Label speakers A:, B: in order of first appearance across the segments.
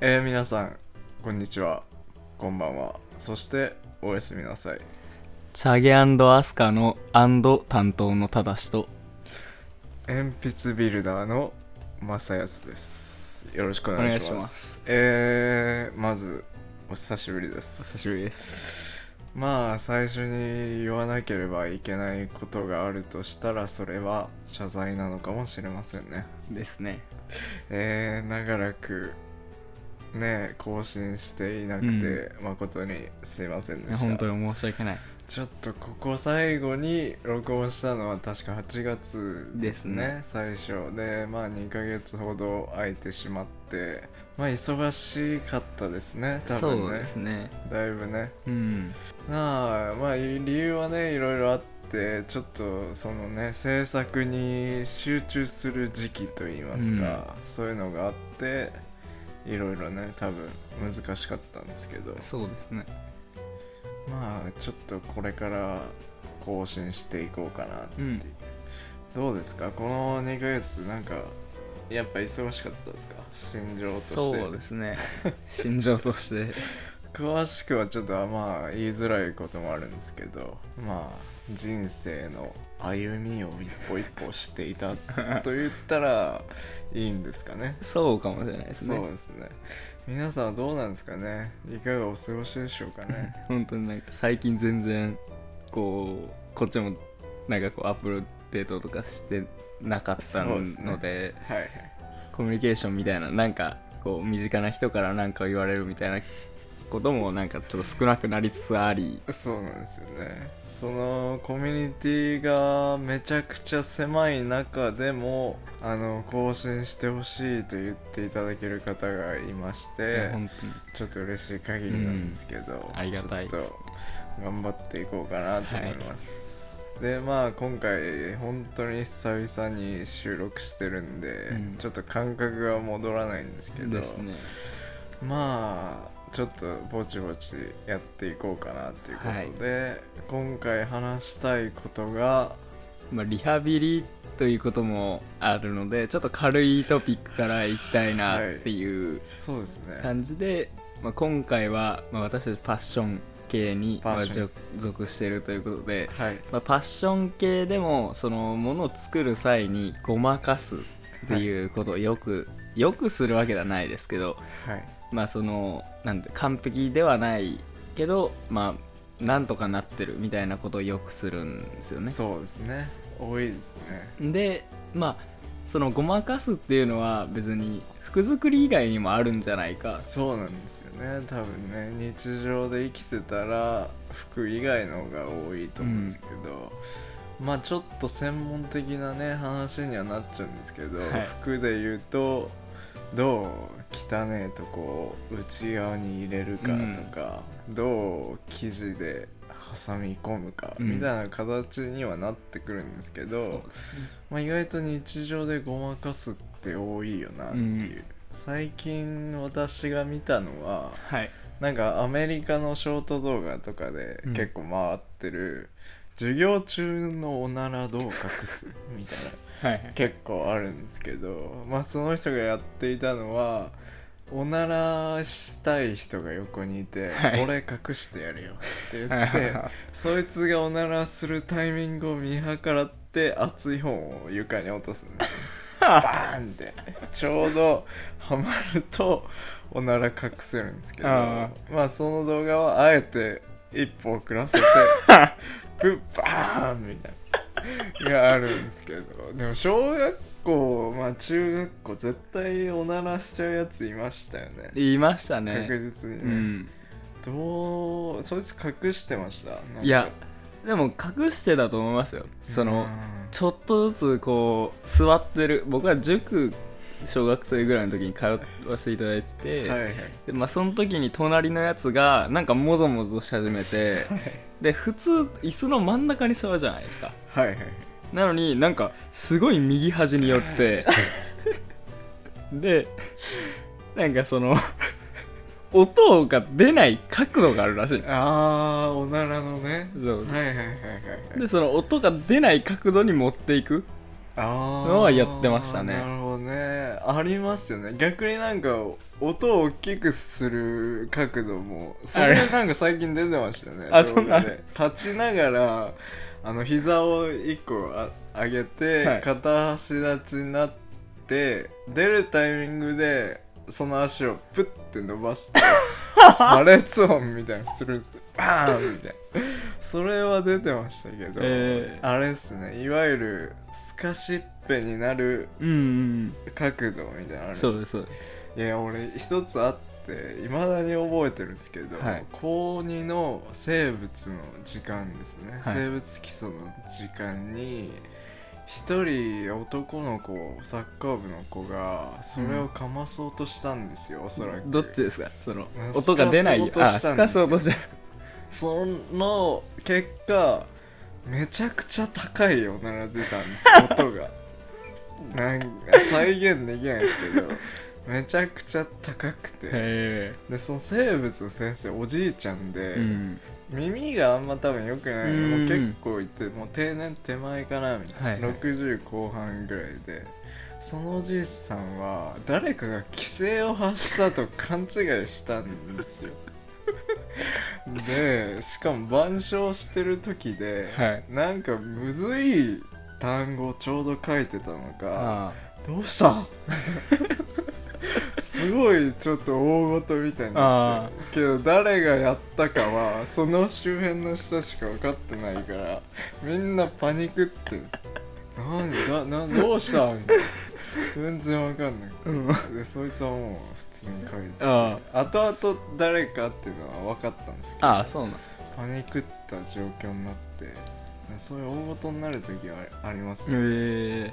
A: えー皆さんこんにちはこんばんはそしておやすみなさい
B: チャゲアスカのアンド担当のただしと
A: 鉛筆ビルダーの正康ですよろしくお願いします
B: お願いしま
A: えー、まずお久しぶりです
B: りです
A: まあ最初に言わなければいけないことがあるとしたらそれは謝罪なのかもしれませんね
B: ですね
A: えー、長らくね更新していなくて、誠にすいません
B: い
A: で
B: や
A: した
B: 本当に申し訳ない
A: ちょっとここ最後に録音したのは確か8月ですね
B: ですね
A: 最初でまあ2ヶ月ほど空いてしまってまあ忙しかったですね多分ね
B: ね
A: だいぶね
B: うん
A: まあまあ理由はねいろいろあってちょっとそのね制作に集中する時期といいますか、そういうのがあっていろいろね多分難しかったんですけど
B: そうですね
A: まあちょっとこれから更新していこうかなっていう、
B: うん
A: どうですかこの2ヶ月なんかやっぱ忙しかったですか心情として
B: そうですね心情と して
A: 詳しくはちょっとまあ言いづらいこともあるんですけどまあ人生の歩みを一歩一歩していたと言ったらいいんですかね
B: そうかもしれないです
A: そう
B: ね
A: ですね皆さんはどうなんですかねいかがお過ごしでしょうかね
B: 本当になんか最近全然こうこっちもなんかこうアップデートとかしてなかった
A: そう
B: の
A: ですね
B: で
A: はいはい
B: コミュニケーションみたいななんかこう身近な人から何か言われるみたいなこともなんかちょっと少なくなりつつあり
A: そうなんですよねそのコミュニティがめちゃくちゃ狭い中でもあの更新してほしいと言っていただける方がいまし
B: いや
A: て
B: 本当に
A: ちょっと嬉しい限りなんですけど、
B: ありがたい
A: ちょっと頑張っていこうかなと思います、でまあ今回本当に久々に収録してるんで、
B: うん
A: ちょっと感覚が戻らないんですけど
B: ですね
A: まあちょっとぼちぼちやっていこうかなということで、今回話したいことが
B: まあ、リハビリということもあるのでちょっと軽いトピックからいきたいなっていう
A: そうですね
B: 感じで、まあ、今回は、まあ、私たちパッション系に
A: パ
B: ま
A: ッ
B: あ
A: ション
B: 属属してるということで、
A: はい
B: まあ、パッション系でもそのものを作る際にごまかすっていうことをよく、よくするわけではないですけど
A: はい
B: まあそのなんて完璧ではないけどまあなんとかなってるみたいなことをよくするんですよね。
A: そうですね多いですね
B: でまあそのごまかすっていうのは別に服作り以外にもあるんじゃないか
A: そうなんですよね多分ね日常で生きてたら服以外の方が多いと思うんですけど、まあちょっと専門的なね話にはなっちゃうんですけど、
B: はい
A: 服で言うとどう汚ねえとこを内側に入れるかとか、どう生地で挟み込むか
B: うん
A: みたいな形にはなってくるんですけど、
B: そう
A: まあ、意外と日常でごまかすって多いよなっていう、
B: うん
A: 最近私が見たのは
B: はい
A: なんかアメリカのショート動画とかで
B: うん
A: 結構回ってる、授業中のおならどう隠すみたい な
B: はいはい
A: 結構あるんですけど、まあ、その人がやっていたのはおならしたい人が横にいて「
B: はい
A: 俺隠してやるよ」って言
B: は
A: っ
B: いはい
A: て
B: は
A: そいつがおならするタイミングを見計らって熱い本を床に落とすん ですバーンってちょうどハマるとおなら隠せるんですけど
B: あ
A: まあその動画はあえて一歩遅らせ てブッバーンみたいながあるんですけどでも小学校まあ中学校絶対おならしちゃうやついましたよね
B: 言いました
A: 確
B: ね
A: 実に
B: う
A: ね、
B: ん
A: どうそいつ隠してましたなんか
B: いやでも隠してたと思いますよそのちょっとずつこう座ってる僕は塾小学生ぐらいの時に通わせていただいて
A: う
B: て、
A: んはいはい
B: でまあ、その時に隣のやつがなんかもぞもぞし始めてで普通椅子の真ん中に座るじゃないですか
A: はいはい
B: なのになんかすごい右端に寄ってでなんかその音が出ない角度があるらしい
A: あーおならのね
B: そう
A: はいはいはいはいはい
B: でその音が出ない角度に持っていく
A: あー
B: のはやってましたね
A: なるほどねありますよね逆になんか音を大きくする角度もそ
B: あれ
A: れなんか最近出てましたよね
B: あ
A: 動画で立ちながらあの膝を一個あ上げて、
B: はい
A: 片足立ちになって出るタイミングでその足をプッて伸ばすと破裂音みたいなのするんですよバーンみたいなそれは出てましたけど、
B: えー
A: あれっすねいわゆる透かしっぺになる
B: うんうん
A: 角度みたいなのある
B: そうですそうです
A: いや俺一つあっていまだに覚えてるんですけど、
B: はい
A: 高2の生物の時間ですね、
B: はい
A: 生物基礎の時間に一人男の子サッカー部の子がそれをかまそうとしたんですよ、おそらく
B: どっちですかその
A: うん
B: 音が出ないよあ
A: す
B: す
A: か
B: か
A: そ
B: そうう
A: と
B: と
A: し
B: した
A: その結果めちゃくちゃ高いおなら出たんですよ音 がなんか再現できないんですけどめちゃくちゃ高くて、
B: へ
A: でその生物の先生おじいちゃんで、
B: えうん
A: 耳があんま多分良くないのもう
B: うん
A: 結構いてもう定年手前かなみたいな、
B: はいはい
A: 60後半ぐらいでそのおじいさんは誰かが規制を発したと勘違いしたんです よでしかも板書してる時で、
B: はい
A: なんかむずい単語をちょうど書いてたのか
B: あ
A: どうした すごいちょっと大ごとみたいになってるけど誰がやったかはその周辺の人しか分かってないからみんなパニックってるんです何ななどうしたみたいな全然分かんな
B: あうん
A: くてでそいつはもう普通に書いて
B: あ
A: 後々誰かっていうのは分かったんですけど
B: ああそうなん
A: パニックった状況になってそういう大ごとになる時はあありますよね
B: へえ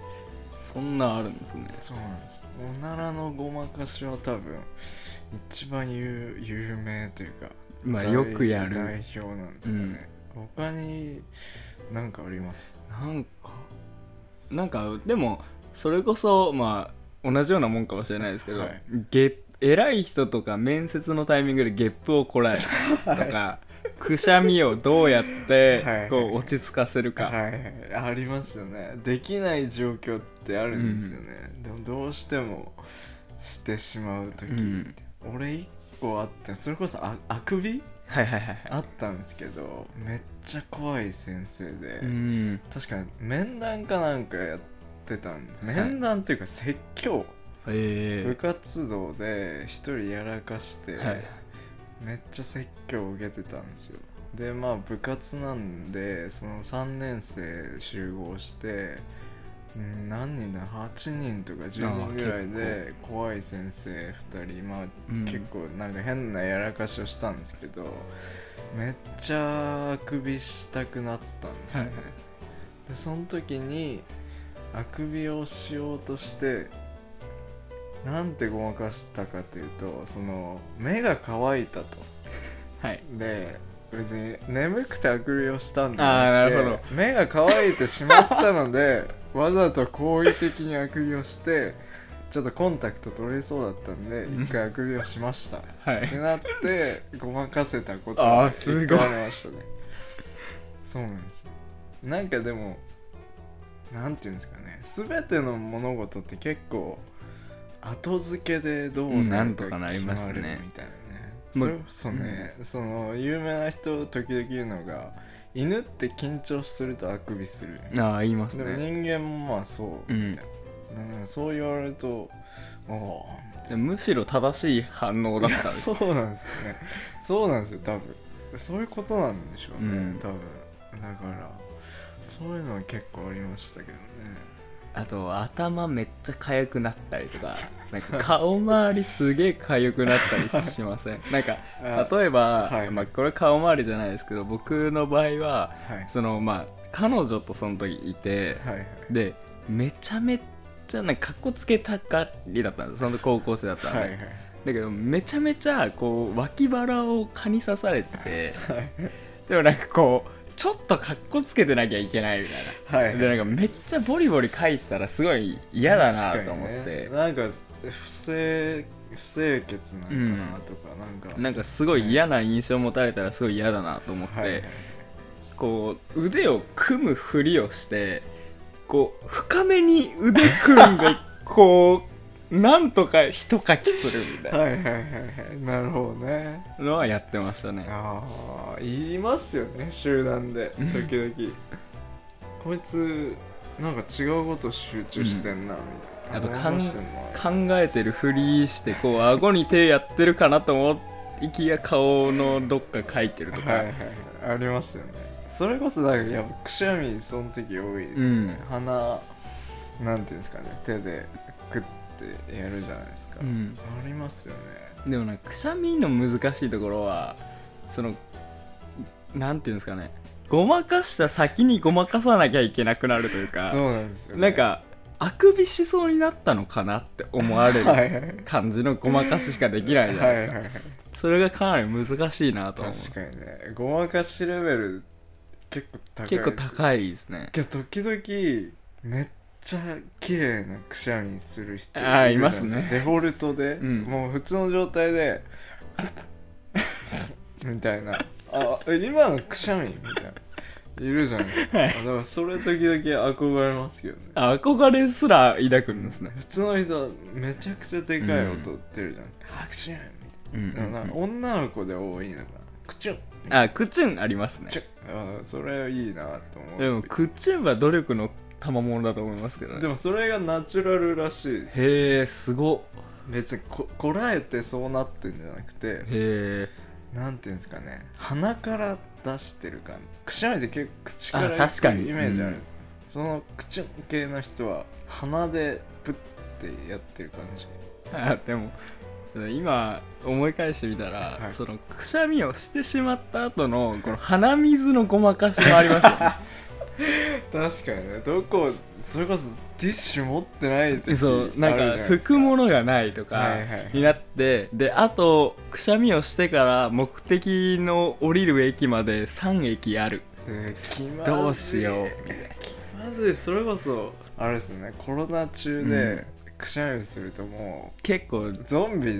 B: そんなんあるんですね
A: そうなんですおならのごまかしは多分一番有有名というか、
B: まあ
A: 代
B: よくやる
A: 代表なんですよね、他に何かあります
B: なんかなんかでもそれこそまあ同じようなもんかもしれないですけど、
A: はい
B: ゲッ偉い人とか面接のタイミングでゲップをこらえるとか、くしゃみをどうやっ
A: はい
B: てこう落ち着かせるか、
A: はいはいありますよねできない状況ってあるんですよね、でもどうしてもしてしまう時、
B: うん
A: 俺一個あってそれこそああくび
B: はいはいはいはい
A: あったんですけどめっちゃ怖い先生で、
B: うん
A: 確かに面談かなんかやってたんです
B: はい
A: 面談というか説教、部
B: え
A: 活動で一人やらかして、
B: えはい
A: めっちゃ説教を受けてたんですよでまあ部活なんでその3年生集合してうん何人だ8人とか10人ぐらい
B: あー
A: で怖い先生2人まあ、
B: うん
A: 結構なんか変なやらかしをしたんですけどめっちゃあくびしたくなったんですよね、
B: はいは
A: でその時にあくびをしようとしてなんてごまかしたかというとその目が乾いたと
B: はい
A: で別に眠くてあくびをしたんで
B: あーなるほど
A: 目が乾いてしまったので わざと好意的にあくびをしてちょっとコンタクト取れそうだったん で
B: うん
A: 一回あくびをしましたっ
B: はい
A: てなってごまかせたこと
B: あ
A: が
B: ーすご
A: 結
B: い
A: 構ありましたねそうなんですよなんかでもなんていうんですかね全ての物事って結構後付けでどうな
B: な
A: る
B: ん
A: か
B: と
A: 決
B: か
A: ま
B: な
A: る
B: り
A: みたい
B: ま
A: なねそ
B: すねま
A: れこそね、その有名な人時々言うのが犬って緊張するとあくびする
B: ああ言います
A: でも
B: ね
A: 人間もまあそうみたいな、なんかそう言われるとおお
B: でむしろ正しい反応だったんです
A: そうなんですよねそうなんですよ多分そういうことなんでしょうね、
B: うん
A: 多分だからそういうのは結構ありましたけどね
B: あと頭めっちゃ痒くなったりとか なんか顔周りすげえ痒くなったりし ませんなんか
A: あ
B: 例えば、
A: はい
B: まあ、これ顔周りじゃないですけど僕の場合は
A: はい
B: そのまあ彼女とその時いて
A: はいはい
B: でめちゃめちゃなんかかっこつけたがりだったんですその高校生だったんで、
A: はいはい
B: だけどめちゃめちゃこう脇腹を蚊に刺されてて
A: はい
B: でもなんかこうちょっとかっこつけてなきゃいけないみたいな
A: はい
B: でなんかめっちゃボリボリ書いてたらすごい嫌だなと思っ
A: 確かに
B: て、
A: ね、なんか不正不清潔なのかなとか、なんか
B: なんかすごい嫌な印象を持たれたらすごい嫌だなと思って、
A: はいはい
B: こう腕を組むふりをしてこう深めに腕組んでこうなんとかひとかきするみたい
A: はいはいはいはいなるほどね
B: なのはやってましたね
A: ああ言いますよね集団で時々こいつなんか違うこと集中してんな、みたいな
B: やっぱかん
A: 話してんな
B: 考えてるふりしてこう顎に手やってるかなと思いきや顔のどっか書いてるとか、
A: はいはいはいありますよねそれこそだからやっぱくしゃみその時多いですよね、鼻なんていうんですかね手でくってやるじゃないですか、
B: うん
A: ありますよね
B: でもなんかくしゃみの難しいところはそのなんていうんですかねごまかした先にごまかさなきゃいけなくなるというか
A: そうなんですよ、ね、
B: なんかあくびしそうになったのかなって思われ
A: はい
B: る
A: はいはい
B: 感じのごまかししかできないじゃないですか、
A: はいはいはい
B: それがかなり難しいなと思う
A: 確かにねごまかしレベル結構高い
B: 結構高いですね
A: けど時々めっちゃ綺麗なくしゃみする人
B: あ
A: い
B: ー
A: るじゃない
B: いますね
A: デフォルトで、
B: うん
A: もう普通の状態でみたいなあえ今のくしゃみみたいないるじゃん、
B: は
A: あ
B: い
A: だからそれ時々憧れますけどね
B: あ憧れすら抱くんですね、
A: 普通の人はめちゃくちゃでかい音出るじゃん、拍手みたい
B: うん
A: な,、なんか女の子で多いのがクチュン
B: あクチュンありますね
A: クチュンあーそれいいなと思う
B: でもクチュンは努力の賜物だと思いますけどね
A: でもそれがナチュラルらしいです
B: へえすごっ
A: 別にここらえてそうなってんじゃなくて
B: へえ
A: なんていうんですかね鼻から出してる感じくしゃみって結構口から
B: あ確かに
A: イメージあるじゃないですか、その口系の人は鼻でプッてやってる感じ
B: あでも今思い返してみたら、
A: はい
B: そのくしゃみをしてしまった後のこの鼻水のごまかしもありますよ ね
A: 確かにねどこそれこそティッシュ持ってない時
B: そうなん
A: あるじ
B: か
A: ゃいです
B: 拭くものがないとか
A: はいはい
B: になって、であとくしゃみをしてから目的の降りる駅まで3駅ある
A: うん気まずい
B: どうしようみたいな
A: まずいそれこそあれですねコロナ中でくしゃみするともう、
B: 結構
A: ゾンビ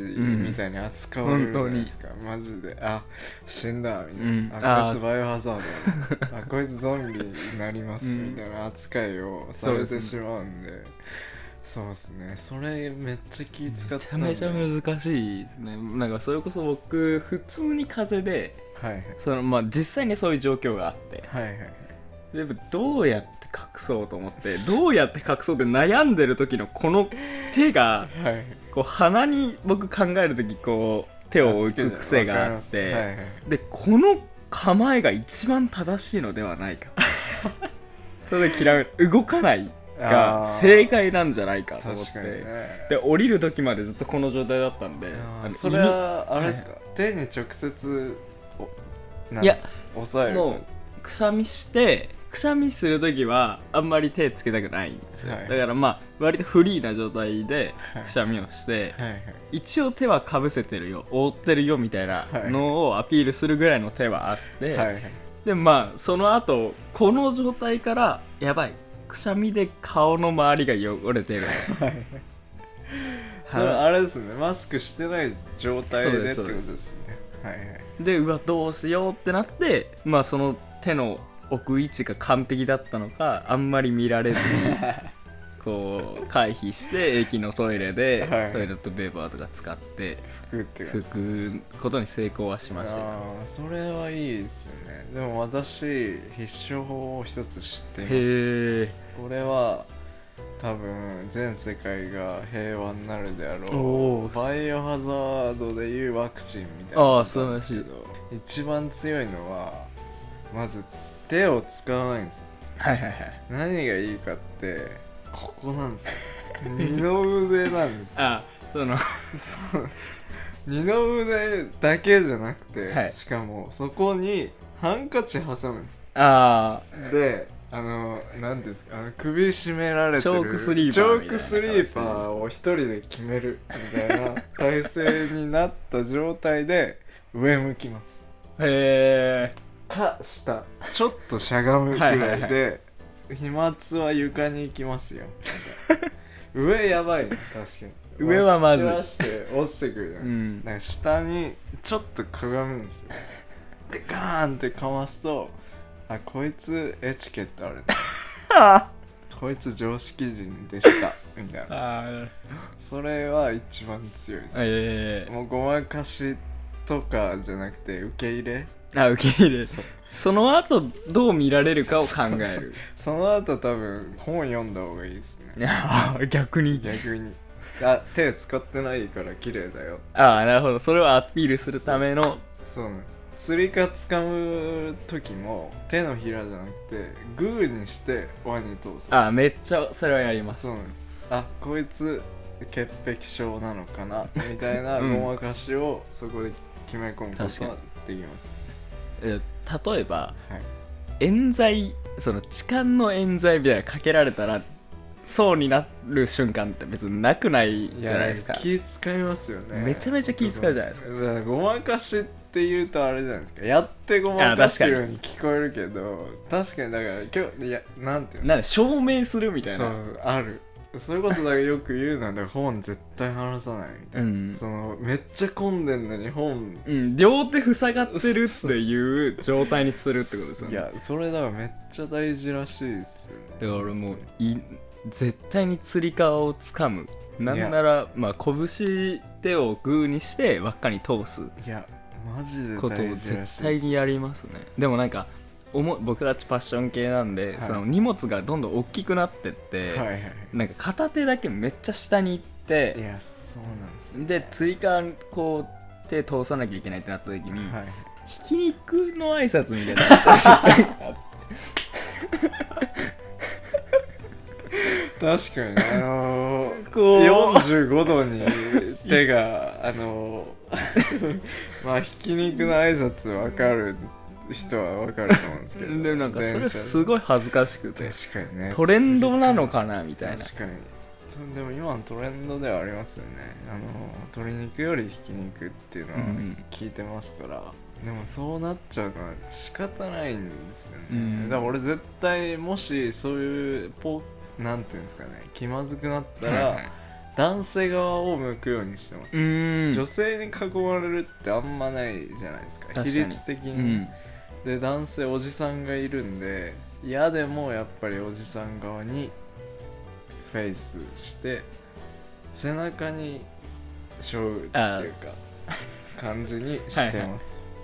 A: みたいに扱われるじゃないですか、マジであ死んだみたい
B: うん
A: な、あ
B: あ
A: こいつバイオハザードだあこいつゾンビになります
B: うん
A: みたいな扱いをされてしまうんでそうですねそれめっちゃ気使
B: め
A: っ
B: ち
A: た
B: ゃ
A: んで
B: めちゃ難しいですねなんかそれこそ僕普通に風邪で
A: はいはい
B: そのまあ実際にそういう状況があって
A: はいはいはい
B: でもどうやって隠そうと思ってどうやって隠そうって悩んでる時のこの手が
A: はいはい
B: こう鼻に僕考える時こう手を置く癖があって、
A: はいはい
B: でこの構えが一番正しいのではな いかそれで嫌う動かないが
A: あー
B: 正解なんじゃないかと思っ
A: 確
B: て、
A: かにね
B: で降りる時までずっとこの状態だったんで
A: いやー
B: あの
A: それはあれですか、手に直接おなん
B: いや
A: 押さえ
B: 胃
A: る
B: にもうくしゃみしてくしゃみする時はあんまり手つけたくないんですよ、
A: はい
B: だからまあ割とフリーな状態で
A: はい
B: くしゃみをして、
A: はいはい
B: 一応手はかぶせてるよ覆ってるよみたいなのをアピールするぐらいの手はあって、
A: はいはい
B: でまあその後この状態からやばいくしゃみで顔の周りが汚れてる
A: それあれですねマスクしてない状態
B: そう
A: で
B: で
A: って
B: す
A: ことですねはいはい
B: でうわどうしようってなってまあその手の置く位置が完璧だったのかあんまり見られずに こう回避して駅のトイレで、
A: はい
B: トイレットペーパーとか使って
A: 服っていうか
B: 拭くことに成功はしましたよ
A: ああそれはいいですよねでも私必勝法を一つ知っています
B: へえ
A: これは多分全世界が平和になるであろ
B: お
A: う
B: ー
A: バイオハザードでいうワクチンみたいな
B: あー
A: のなんですけど
B: 素
A: 一番強いのはまず手を使わないんですよ
B: はいはいはい
A: 何がいいかってここなんですよ二の腕なんですよ
B: あその
A: 二の腕だけじゃなくて、
B: はい
A: しかもそこにハンカチ挟むんです
B: あ
A: よであの何ていうんですかあの首絞められてる
B: チョークスリーパーみたいな
A: チョークスリーパーを一人で決めるみたいな体勢になった状態で上向きます
B: ーへえ
A: か下ちょっとしゃがむくらいで
B: はいはい
A: 飛沫は床に行きますよみたいな上やばいね確かに
B: 上はまずい
A: 散らして落ちてくるじゃ
B: う
A: ないですか
B: ん
A: なんか下にちょっとかがむん ですよで ガーンってかますとあこいつエチケットあるね
B: あ
A: こいつ常識人でしたみたいな
B: あ
A: それは一番強いです、
B: あええ
A: もうごまかしとかじゃなくて受け入れ
B: あ受け入れ
A: そう
B: その後どう見られるかを考
A: そう
B: え
A: そう
B: る
A: その後多分本読んだ方がいいですね
B: ああ逆に
A: 逆にあ手使ってないから綺麗だよ
B: ああなるほどそれをアピールするための
A: そうなんです釣りか掴む時も手のひらじゃなくてグーにして輪に通す
B: ああめっちゃそれはやります
A: そうなんですあこいつ潔癖症なのかなみたい な
B: うん
A: ごまかしをそこで決め込むこと
B: 確か
A: ができます
B: え例えば
A: はい
B: 冤罪その痴漢の冤罪みたいなのかけられたらそうになる瞬間って別になくないじゃないですか
A: や気使いますよね
B: めちゃめちゃ気使うじゃないですか
A: だからごまかしって言うとあれじゃないですかやってごまかしてるように聞こえるけど確かにだから今日いやなんていうの
B: なんで証明するみたい
A: そ
B: な
A: うあるそれこそだからよく言うなんだ本絶対話さないみたいな、
B: うん
A: そのめっちゃ混んでんのに本
B: うん、両手塞がってるっていう状態にするってことですよ
A: い
B: ねだか
A: やそれだからめっちゃ大事らしいですよね
B: ら俺もうい絶対につり革をつかむなんならまあ拳手をグーにして輪っかに通す
A: いやマジで
B: ことを
A: 大事らし
B: 絶
A: いで
B: 対
A: す
B: にやりますねでもなんかおも僕たちパッション系なんで、
A: はい
B: その荷物がどんどん大きくなってって、
A: はいはい
B: なんか片手だけめっちゃ下に行っ
A: い
B: て
A: やそうなんですよ
B: で追加こう手通さなきゃいけないってなった時に、
A: はい
B: ひき肉の挨拶みたいな確か
A: 確かにねあ のー
B: こう
A: 45度に手があ のーまあひき肉の挨拶わかる人はわかると思うんですけど
B: にでなんかそ
A: 電車
B: れすごい恥ずかしくて
A: 確かにね
B: トレンドなのかなみたいな
A: 確かにそうでも今のトレンドではありますよねあの鶏肉よりひき肉っていうのは
B: うん
A: 聞いてますから、でもそうなっちゃうのは仕方ないんですよね、
B: うん
A: だから俺絶対もしそういうポなんていうんですかね気まずくなった
B: はいは
A: ら
B: い
A: 男性側を向くようにしてます、
B: うーん
A: 女性に囲まれるってあんまないじゃないですか
B: 確かに
A: 比率的に、
B: うん
A: で男性おじさんがいるんで嫌でもやっぱりおじさん側にフェイスして背中に背負うっていうか感じにしてます
B: はいは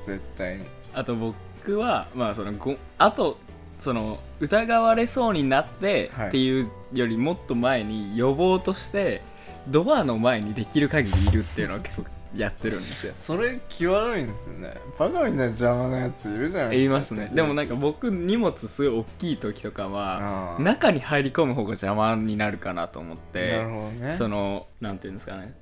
A: 絶対に
B: あと僕はまあそのごあとその疑われそうになって
A: はい
B: っていうよりもっと前に予防としてドアの前にできる限りいるっていうのを結構やってるんですよ
A: それ気悪いんですよねバカみたいな邪魔なやついるじゃない
B: 言いますねでもなん
A: か
B: か僕荷物すごい大きい時とかは
A: あー
B: 中に入り込む方が邪魔になるかなと思っ
A: なる
B: て
A: ほどね
B: そのなんていうんですかね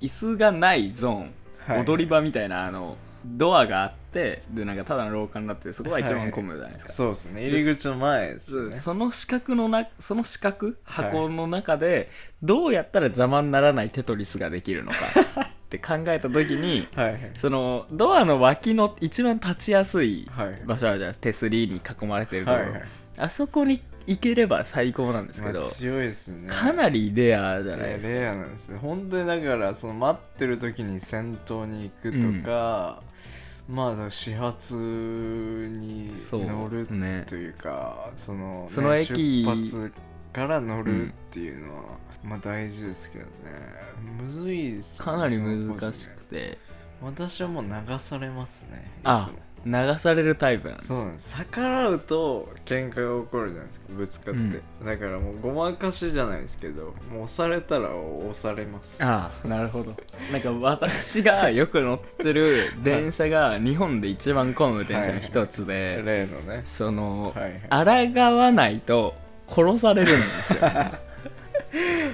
B: 椅子がないゾーン
A: はい
B: 踊り場みたいなあのドアがあってでなんかただの廊下になっててそこが一番混むじゃないですか
A: そうですね入り口の前ですよね
B: その四角のなその四角箱の中でどうやったら邪魔にならないテトリスができるのかって考えた時に
A: はいはい
B: そのドアの脇の一番立ちやすい
A: はい
B: 場所あるじゃない手すりに囲まれてるとこ
A: は
B: ろ、
A: いはい
B: あそこに行ければ最高なんですけ
A: ま
B: ど、
A: あ強いですね
B: かなりレアじゃない
A: え
B: ですか、
A: レアなんですよ本当にだからその待ってる時に先頭に行くとか、まあだから始発に
B: そう
A: 乗る
B: ですね
A: というかその、ね、
B: その駅
A: 出発から乗るっていうのは、まあ大事ですけどねむずいですよね
B: かなり難
A: そ
B: し
A: の
B: く
A: 個人
B: て
A: 私はもう流されますねいつも
B: あ流されるタイプなんです
A: そうなんです逆らうと喧嘩が起こるじゃないですかぶつかって、
B: うん
A: だからもうごまかしじゃないですけどもう押されたら押されます
B: ああなるほどなんか私がよく乗ってる電車が日本で一番混む電車の一つで、
A: 例のね
B: その、
A: はいはい
B: 抗わないと殺されるんですよ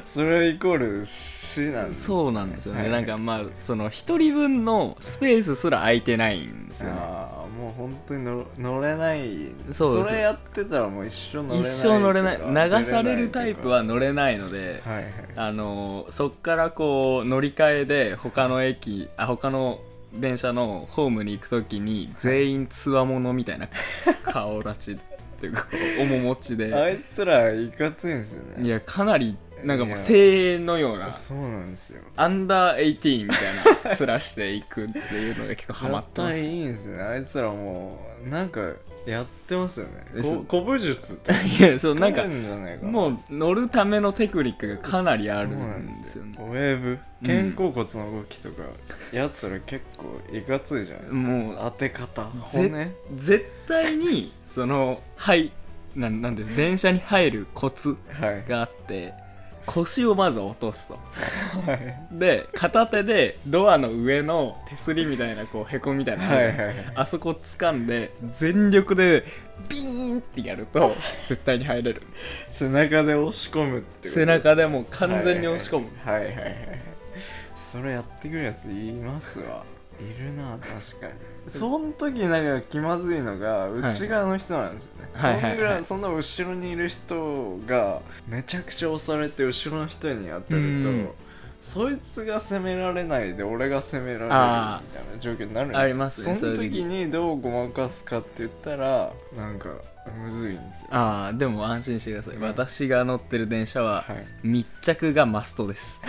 A: それイコール死なんです
B: そうなんですよね、
A: はい
B: なんかまあその一人分のスペースすら空いてないんですよね
A: ああもう本当に乗乗れない
B: そうです
A: れやってたらもう一生乗れない
B: 一生乗れない
A: とか
B: 流されるタイプは乗れないので
A: 出れないとかはいはい
B: あのそっからこう乗り換えで他の駅あ他の電車のホームに行く時に全員つわものみたいな顔立ちっていうかこう面持ち
A: あ
B: で
A: いつらいかついんですよね
B: いやかなりなんかも
A: いうや
B: 精鋭のような
A: そうなんですよ
B: アンダー18みたいな面していくっていうのが結構ハマってま
A: 絶
B: す
A: 対いいんですよねあいつらもうなんかやってますよね
B: えそ
A: こ
B: う
A: 古武術って
B: いやそうなんか
A: 使えんじゃないかな
B: もう乗るためのテクニックがかなりあるんですよね
A: そうなんですよウェーブ肩甲骨の動きとか、やつら結構いかついじゃないですか
B: もう
A: 当て方
B: ぜ
A: 骨
B: 絶対にそのはいなんなんで電車に入るコツ
A: はい
B: があって腰をまず落とすと
A: はい
B: で片手でドアの上の手すりみたいなこうへこみたいなのある
A: は
B: じゃん
A: いはい
B: あそこ掴んで全力でビーンってやると絶対に入れる
A: 背中で押し込むってことです
B: 背中でもう完全に押し込む、
A: はいはいはいはいはいそれやってくるやついますわいるな確かにその時なんか気まずいのが
B: はい
A: 内側の人なんですよね、
B: はいはいはい
A: そんぐらいそんな後ろにいる人がめちゃくちゃ押されて後ろの人に当たると、
B: うん
A: そいつが責められないで俺が責められるみ
B: あ
A: たいな状況になるんですよ
B: ありますね
A: そ
B: そうい
A: の
B: う時
A: 時にどうごまかすかって言ったらなんかむずいんですよ
B: ああでも安心してください、
A: うん
B: 私が乗ってる電車は
A: はい
B: 密着がマストです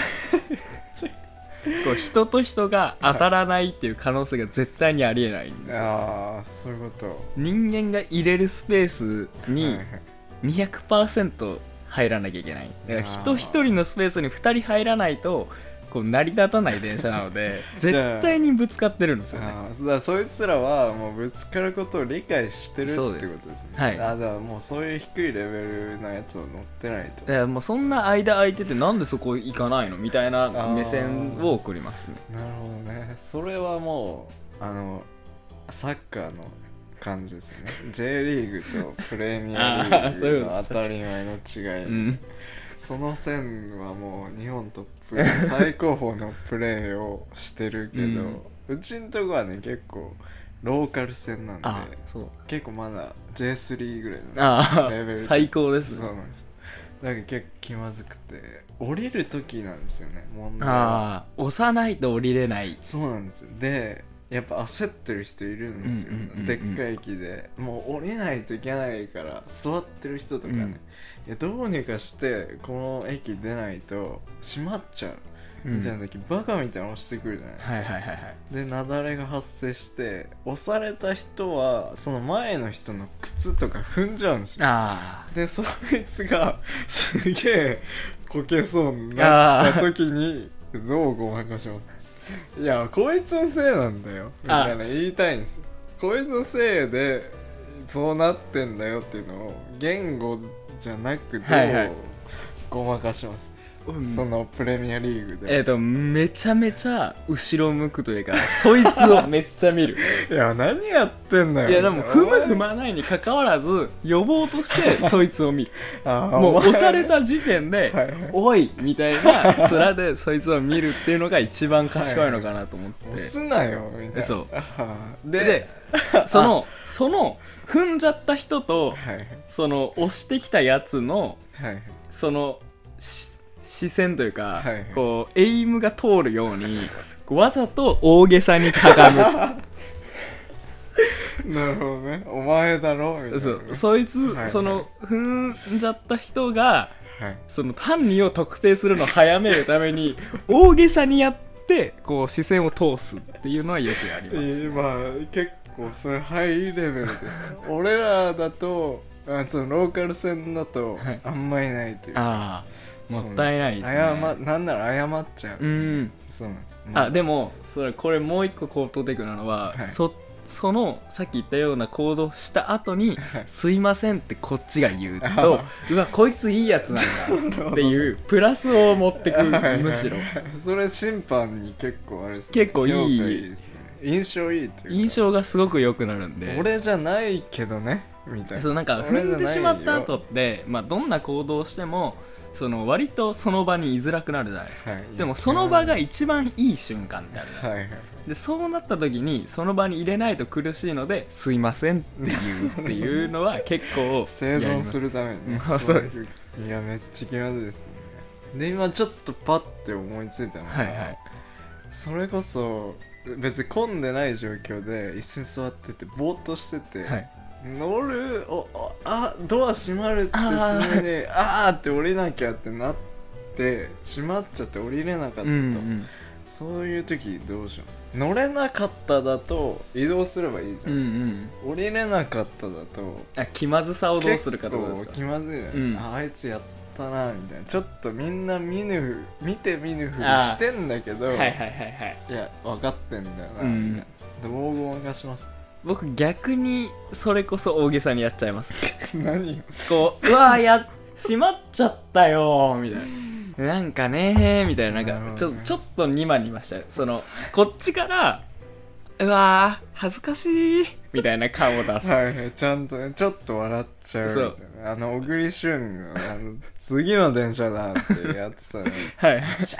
B: こう人と人が当たらないっていう可能性が絶対にありえないんですよ
A: ああそういうこと
B: 人間が入れるスペース
A: はい
B: に
A: はい
B: 200%入らなきゃいけないだから
A: あー
B: 人一人のスペースに2人入らないとこう成り立たない電車なので
A: じゃあ
B: 絶対にぶつかってるんですよね
A: あーだからそいつらはもうぶつかることを理解してるって
B: そ
A: こと
B: うで
A: ですすね
B: はい
A: あだからもうそういう低いレベルのやつを乗ってないと
B: だからもうそんな間空いててなんでそこ行かないのみたいな目線を送りますね
A: なるほどねそれはもうあのサッカーの感じですね J リーグとプレミアリ
B: あー
A: ー
B: そうい
A: グ
B: うこ
A: の
B: と
A: 当たり前の違い、
B: うん
A: その線はもう日本トップ最高峰のプレーをしてるけど、うちんとこはね結構ローカル線なんで
B: あそう
A: 結構まだ J3 ぐらいなんですよ
B: あ
A: レベ
B: あ
A: ル
B: 最高です
A: そうなんですだから結構気まずくて降りる時なんですよね問題は
B: ああ押さないと降りれない
A: そうなんですよでやっぱ焦ってる人いるんですよ、
B: うんうんうんうん
A: でっかい駅でもう降りないといけないから座ってる人とかね、
B: うん
A: いやどうにかしてこの駅出ないと閉まっちゃうみたいな時、バカみたいなの押してくるじゃないですか、
B: はいはいはいはい
A: で雪崩が発生して押された人はその前の人の靴とか踏んじゃうんですよ
B: あ
A: でそいつがすげえこけそうになった時にどうごまかしますいやこいつのせいなんだよみたいな言いたいんですよこいつのせいでそうなってんだよっていうのを言語じゃなくど
B: はいは
A: う
B: い
A: ごまかします、
B: あ
A: そのプレミアリーグ
B: えっ、
A: で、
B: とめちゃめちゃ後ろ向くというかそいつをめっちゃ見る
A: いや何やってんだよ
B: いやでも踏む踏
A: む
B: まないにかかわらず呼ぼうとしてそいつを見 るも
A: も
B: う押された時点で
A: はい
B: 「おい!」みたいな面でそいつを見るっていうのが一番賢いのかなと思って、
A: 押すなよみたいな
B: そう
A: あー
B: で
A: で、
B: そのその踏んじゃった人と
A: はいはい
B: その押してきたやつの
A: はいはい
B: そのし視線というか、
A: はいはい
B: こうエイムが通るようにこうわざと大げさにかがむ
A: なるほどね。お前だろ みたいな。
B: そうそいつ、
A: はいはい
B: その踏んじゃった人が
A: はい。
B: その犯人を特定するのを早めるために 大げさにやってこう視線を通すっていうのはよくあります、
A: 今、結構、それハイレベルです。 俺らだと、あそのローカル線だと
B: はい、
A: あんまいないという。
B: ああもったいないですね
A: 謝なんなら謝っちゃう。
B: うん
A: そうなんです。
B: あでもそれこれもう一個高等テクなのは、
A: はい
B: そそのさっき言ったような行動した後に
A: は
B: 「
A: い
B: すいません」ってこっちが 言うと「うわこいついいやつなんだ」っていうプラスを持ってくる
A: はいはい
B: むしろ
A: それ審判に結構あれですね
B: 結構いい
A: 評価ですね。印象いいというか。
B: 印象がすごく良くなるんで
A: 俺じゃないけどね、みたい
B: そ
A: な。
B: うなんか
A: 俺じゃない
B: 踏んでしまった後って、まあ、どんな行動をしてもその割とその場に居づらくなるじゃないですか、
A: はい
B: でもその場が
A: はい
B: 一番いい瞬間ってあるじゃん
A: はいはい。
B: でそうなった時にその場に入れないと苦しいので「すいません」って言うっていうのは結構
A: 生存す
B: る
A: るためにね
B: うんそうです
A: いやめっちゃ気まずいですねで今ちょっとパッて思いついたのが、
B: はいはい
A: それこそ別に混んでない状況で椅子に座っててぼーっとしてて、
B: はい
A: 乗るおおあドア閉まるってすぐにあーあって降りなきゃってなって閉まっちゃって降りれなかったと、
B: うんうん
A: そういう時どうします乗れなかっただと移動すればいいじゃ、
B: うんんうん
A: 降りれなかっただと
B: あ気まずさをどうするかってことです
A: 結
B: か
A: 構気まずいじゃないですか、
B: うん
A: ああいつやったなみたいなちょっとみんな見ぬふ見て見ぬふり
B: あー
A: してんだけど、
B: はいはいはいはい
A: いや分かってんだよな、
B: うん
A: みたいな道具がします
B: 僕逆にそれこそ大げさにやっちゃいます
A: 何よ
B: こううわーやしまっちゃったよーみたいななんかねーみたいな
A: なる
B: な
A: ほ
B: ん
A: ど
B: か
A: ね
B: ちょちょっとニマニマしちゃうそのこっちからうわー恥ずかしいみたいな顔を出す
A: はいはいちゃんとねちょっと笑っちゃうみたい
B: そ
A: なあの小栗旬のあの「次の電車だ」ってやって たのに
B: はい
A: あちゃ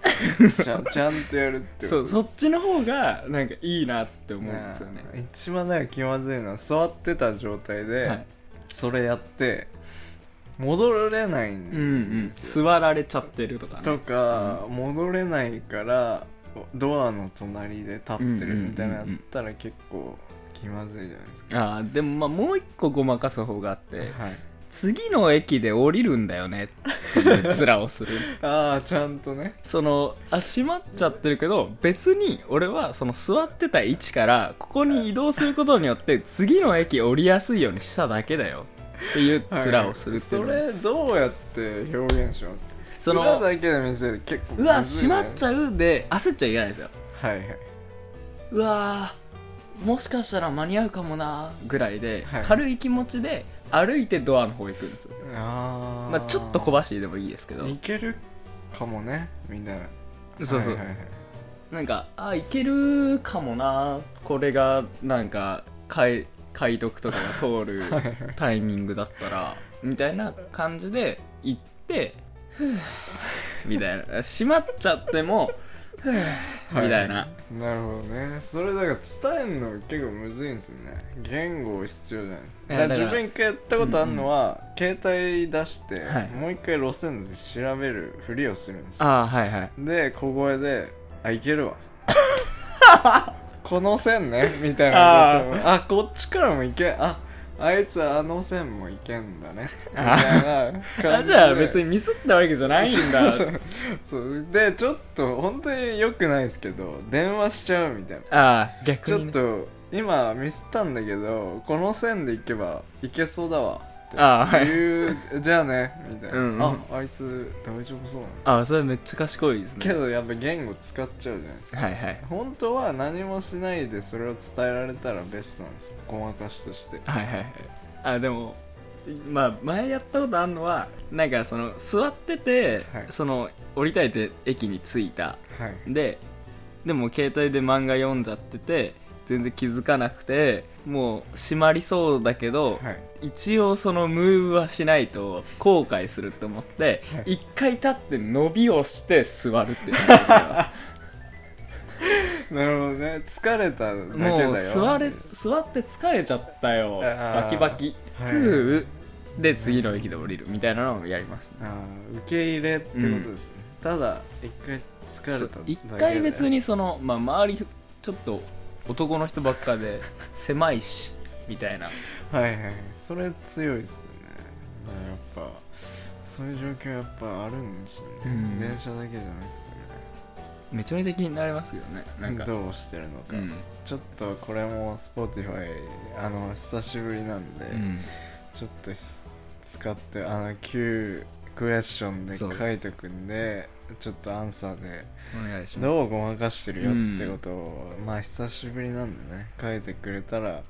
A: ーってちゃんちゃんとやるって
B: そう
A: う
B: そっちの方がなんかいいなって思うんですよね
A: 一番なんか気まずいのは座ってた状態で、
B: はい
A: それやって戻れないん
B: うんう
A: で
B: ん座られちゃってるとかね
A: とか、戻れないからドアの隣で立ってるみたいなのやったら結構気まずいじゃないですか、
B: あーでもまあもう一個ごまかす方があって
A: はい、
B: 次の駅で降りるんだよねっていう面をする
A: ああちゃんとね
B: そのあ閉まっちゃってるけど別に俺はその座ってた位置からここに移動することによって次の駅降りやすいようにしただけだよっていう面をするっていう
A: そ
B: のは
A: れどうやって表現します
B: その
A: 裏だけで見せる結構
B: うわ閉まっち
A: ゃ
B: ゃうで焦っちゃいけないですよ
A: うはいはいう
B: わーもしかしたら間に合うかもなーぐらいで、
A: はい
B: 軽い気持ちで歩いてドアの方へ行くんですよ
A: あー
B: まあ、ちょっと小走りでもいいですけど
A: いけるかもねみんな
B: そうそう、
A: はいはいはい
B: なんかあいけるかもなこれがなんか解解読とかが通 るタイミングだったらみたいな感じで行ってふぅみたいな閉まっちゃってもふぅみたいな、
A: はなるほどねそれだから伝えるの結構むずいんですよね言語必要じゃないですか
B: い
A: だから
B: やだから
A: 自分一回やったことあるのは、携帯出して、
B: はい
A: もう一回路線図調べるふりをするんですよ
B: ああはいはい
A: で小声で「あいけるわ」この線 ねみたいな
B: あ
A: ことをあこっちからもいけああいつあの線もいけんだねみたいな感じで
B: あじゃあ別にミスったわけじゃないん だ
A: そうそうでちょっと本当に良くないですけど電話しちゃうみたいな
B: ああ逆
A: ち
B: に、
A: ょ
B: ね
A: っ、と今ミスったんだけどこの線で行けば行けそうだわって
B: ああはい
A: 言うじゃあねみたいな、
B: うんうん
A: ああいつ大丈夫そうなの
B: ああそれめっちゃ賢いですね
A: けどやっぱ言語使っちゃうじゃないですか
B: はいはい
A: 本当は何もしないでそれを伝えられたらベストなんですよごまかしとして
B: はいはいはいあでもまあ前やったことあるのはなんかその座ってて、
A: はい
B: その降りたいて駅に着いた
A: はい
B: ででも携帯で漫画読んじゃってて全然気づかなくてもう閉まりそうだけど、
A: はい
B: 一応そのムーブはしないと後悔すると思って
A: はい
B: 一、回立って伸びをして座るっていうのをやってます
A: なるほどね疲れただけだよ
B: もう座れ座って疲れちゃったよ
A: あー
B: バキバキ
A: はい
B: ふうで次の駅で降りるみたいなのをやりますね
A: あー受け入れってことですね、ただ一回疲れただけで
B: 一回別にその、まあ、周りちょっと男の人ばっか で狭いしみたいな
A: はいはいそれ強いですよねだからやっぱそういう状況やっぱあるんですよね、
B: うん
A: 電車だけじゃなく
B: めちゃめちゃ気になりますけどねなん
A: てね
B: か
A: どうしてるのか、
B: うん
A: ちょっとこれも Spotify あの久しぶりなんで、
B: うん
A: ちょっと使ってあの旧クエスチョンで
B: そう
A: 書いとくんでちょっとアンサーで
B: お願いします
A: どうごまかしてるよってことを、まあ久しぶりなんでね書いてくれたら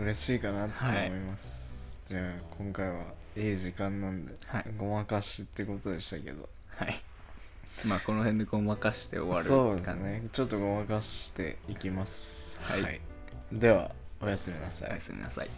A: 嬉しいかなって思います、じゃあ今回はいい時間なんで、
B: はい
A: ごまかしってことでしたけど
B: はいまあこの辺でごまかして終わる
A: そうです
B: 感じ
A: ねちょっとごまかしていきます
B: はい
A: ではおやすみなさい
B: おやすみなさい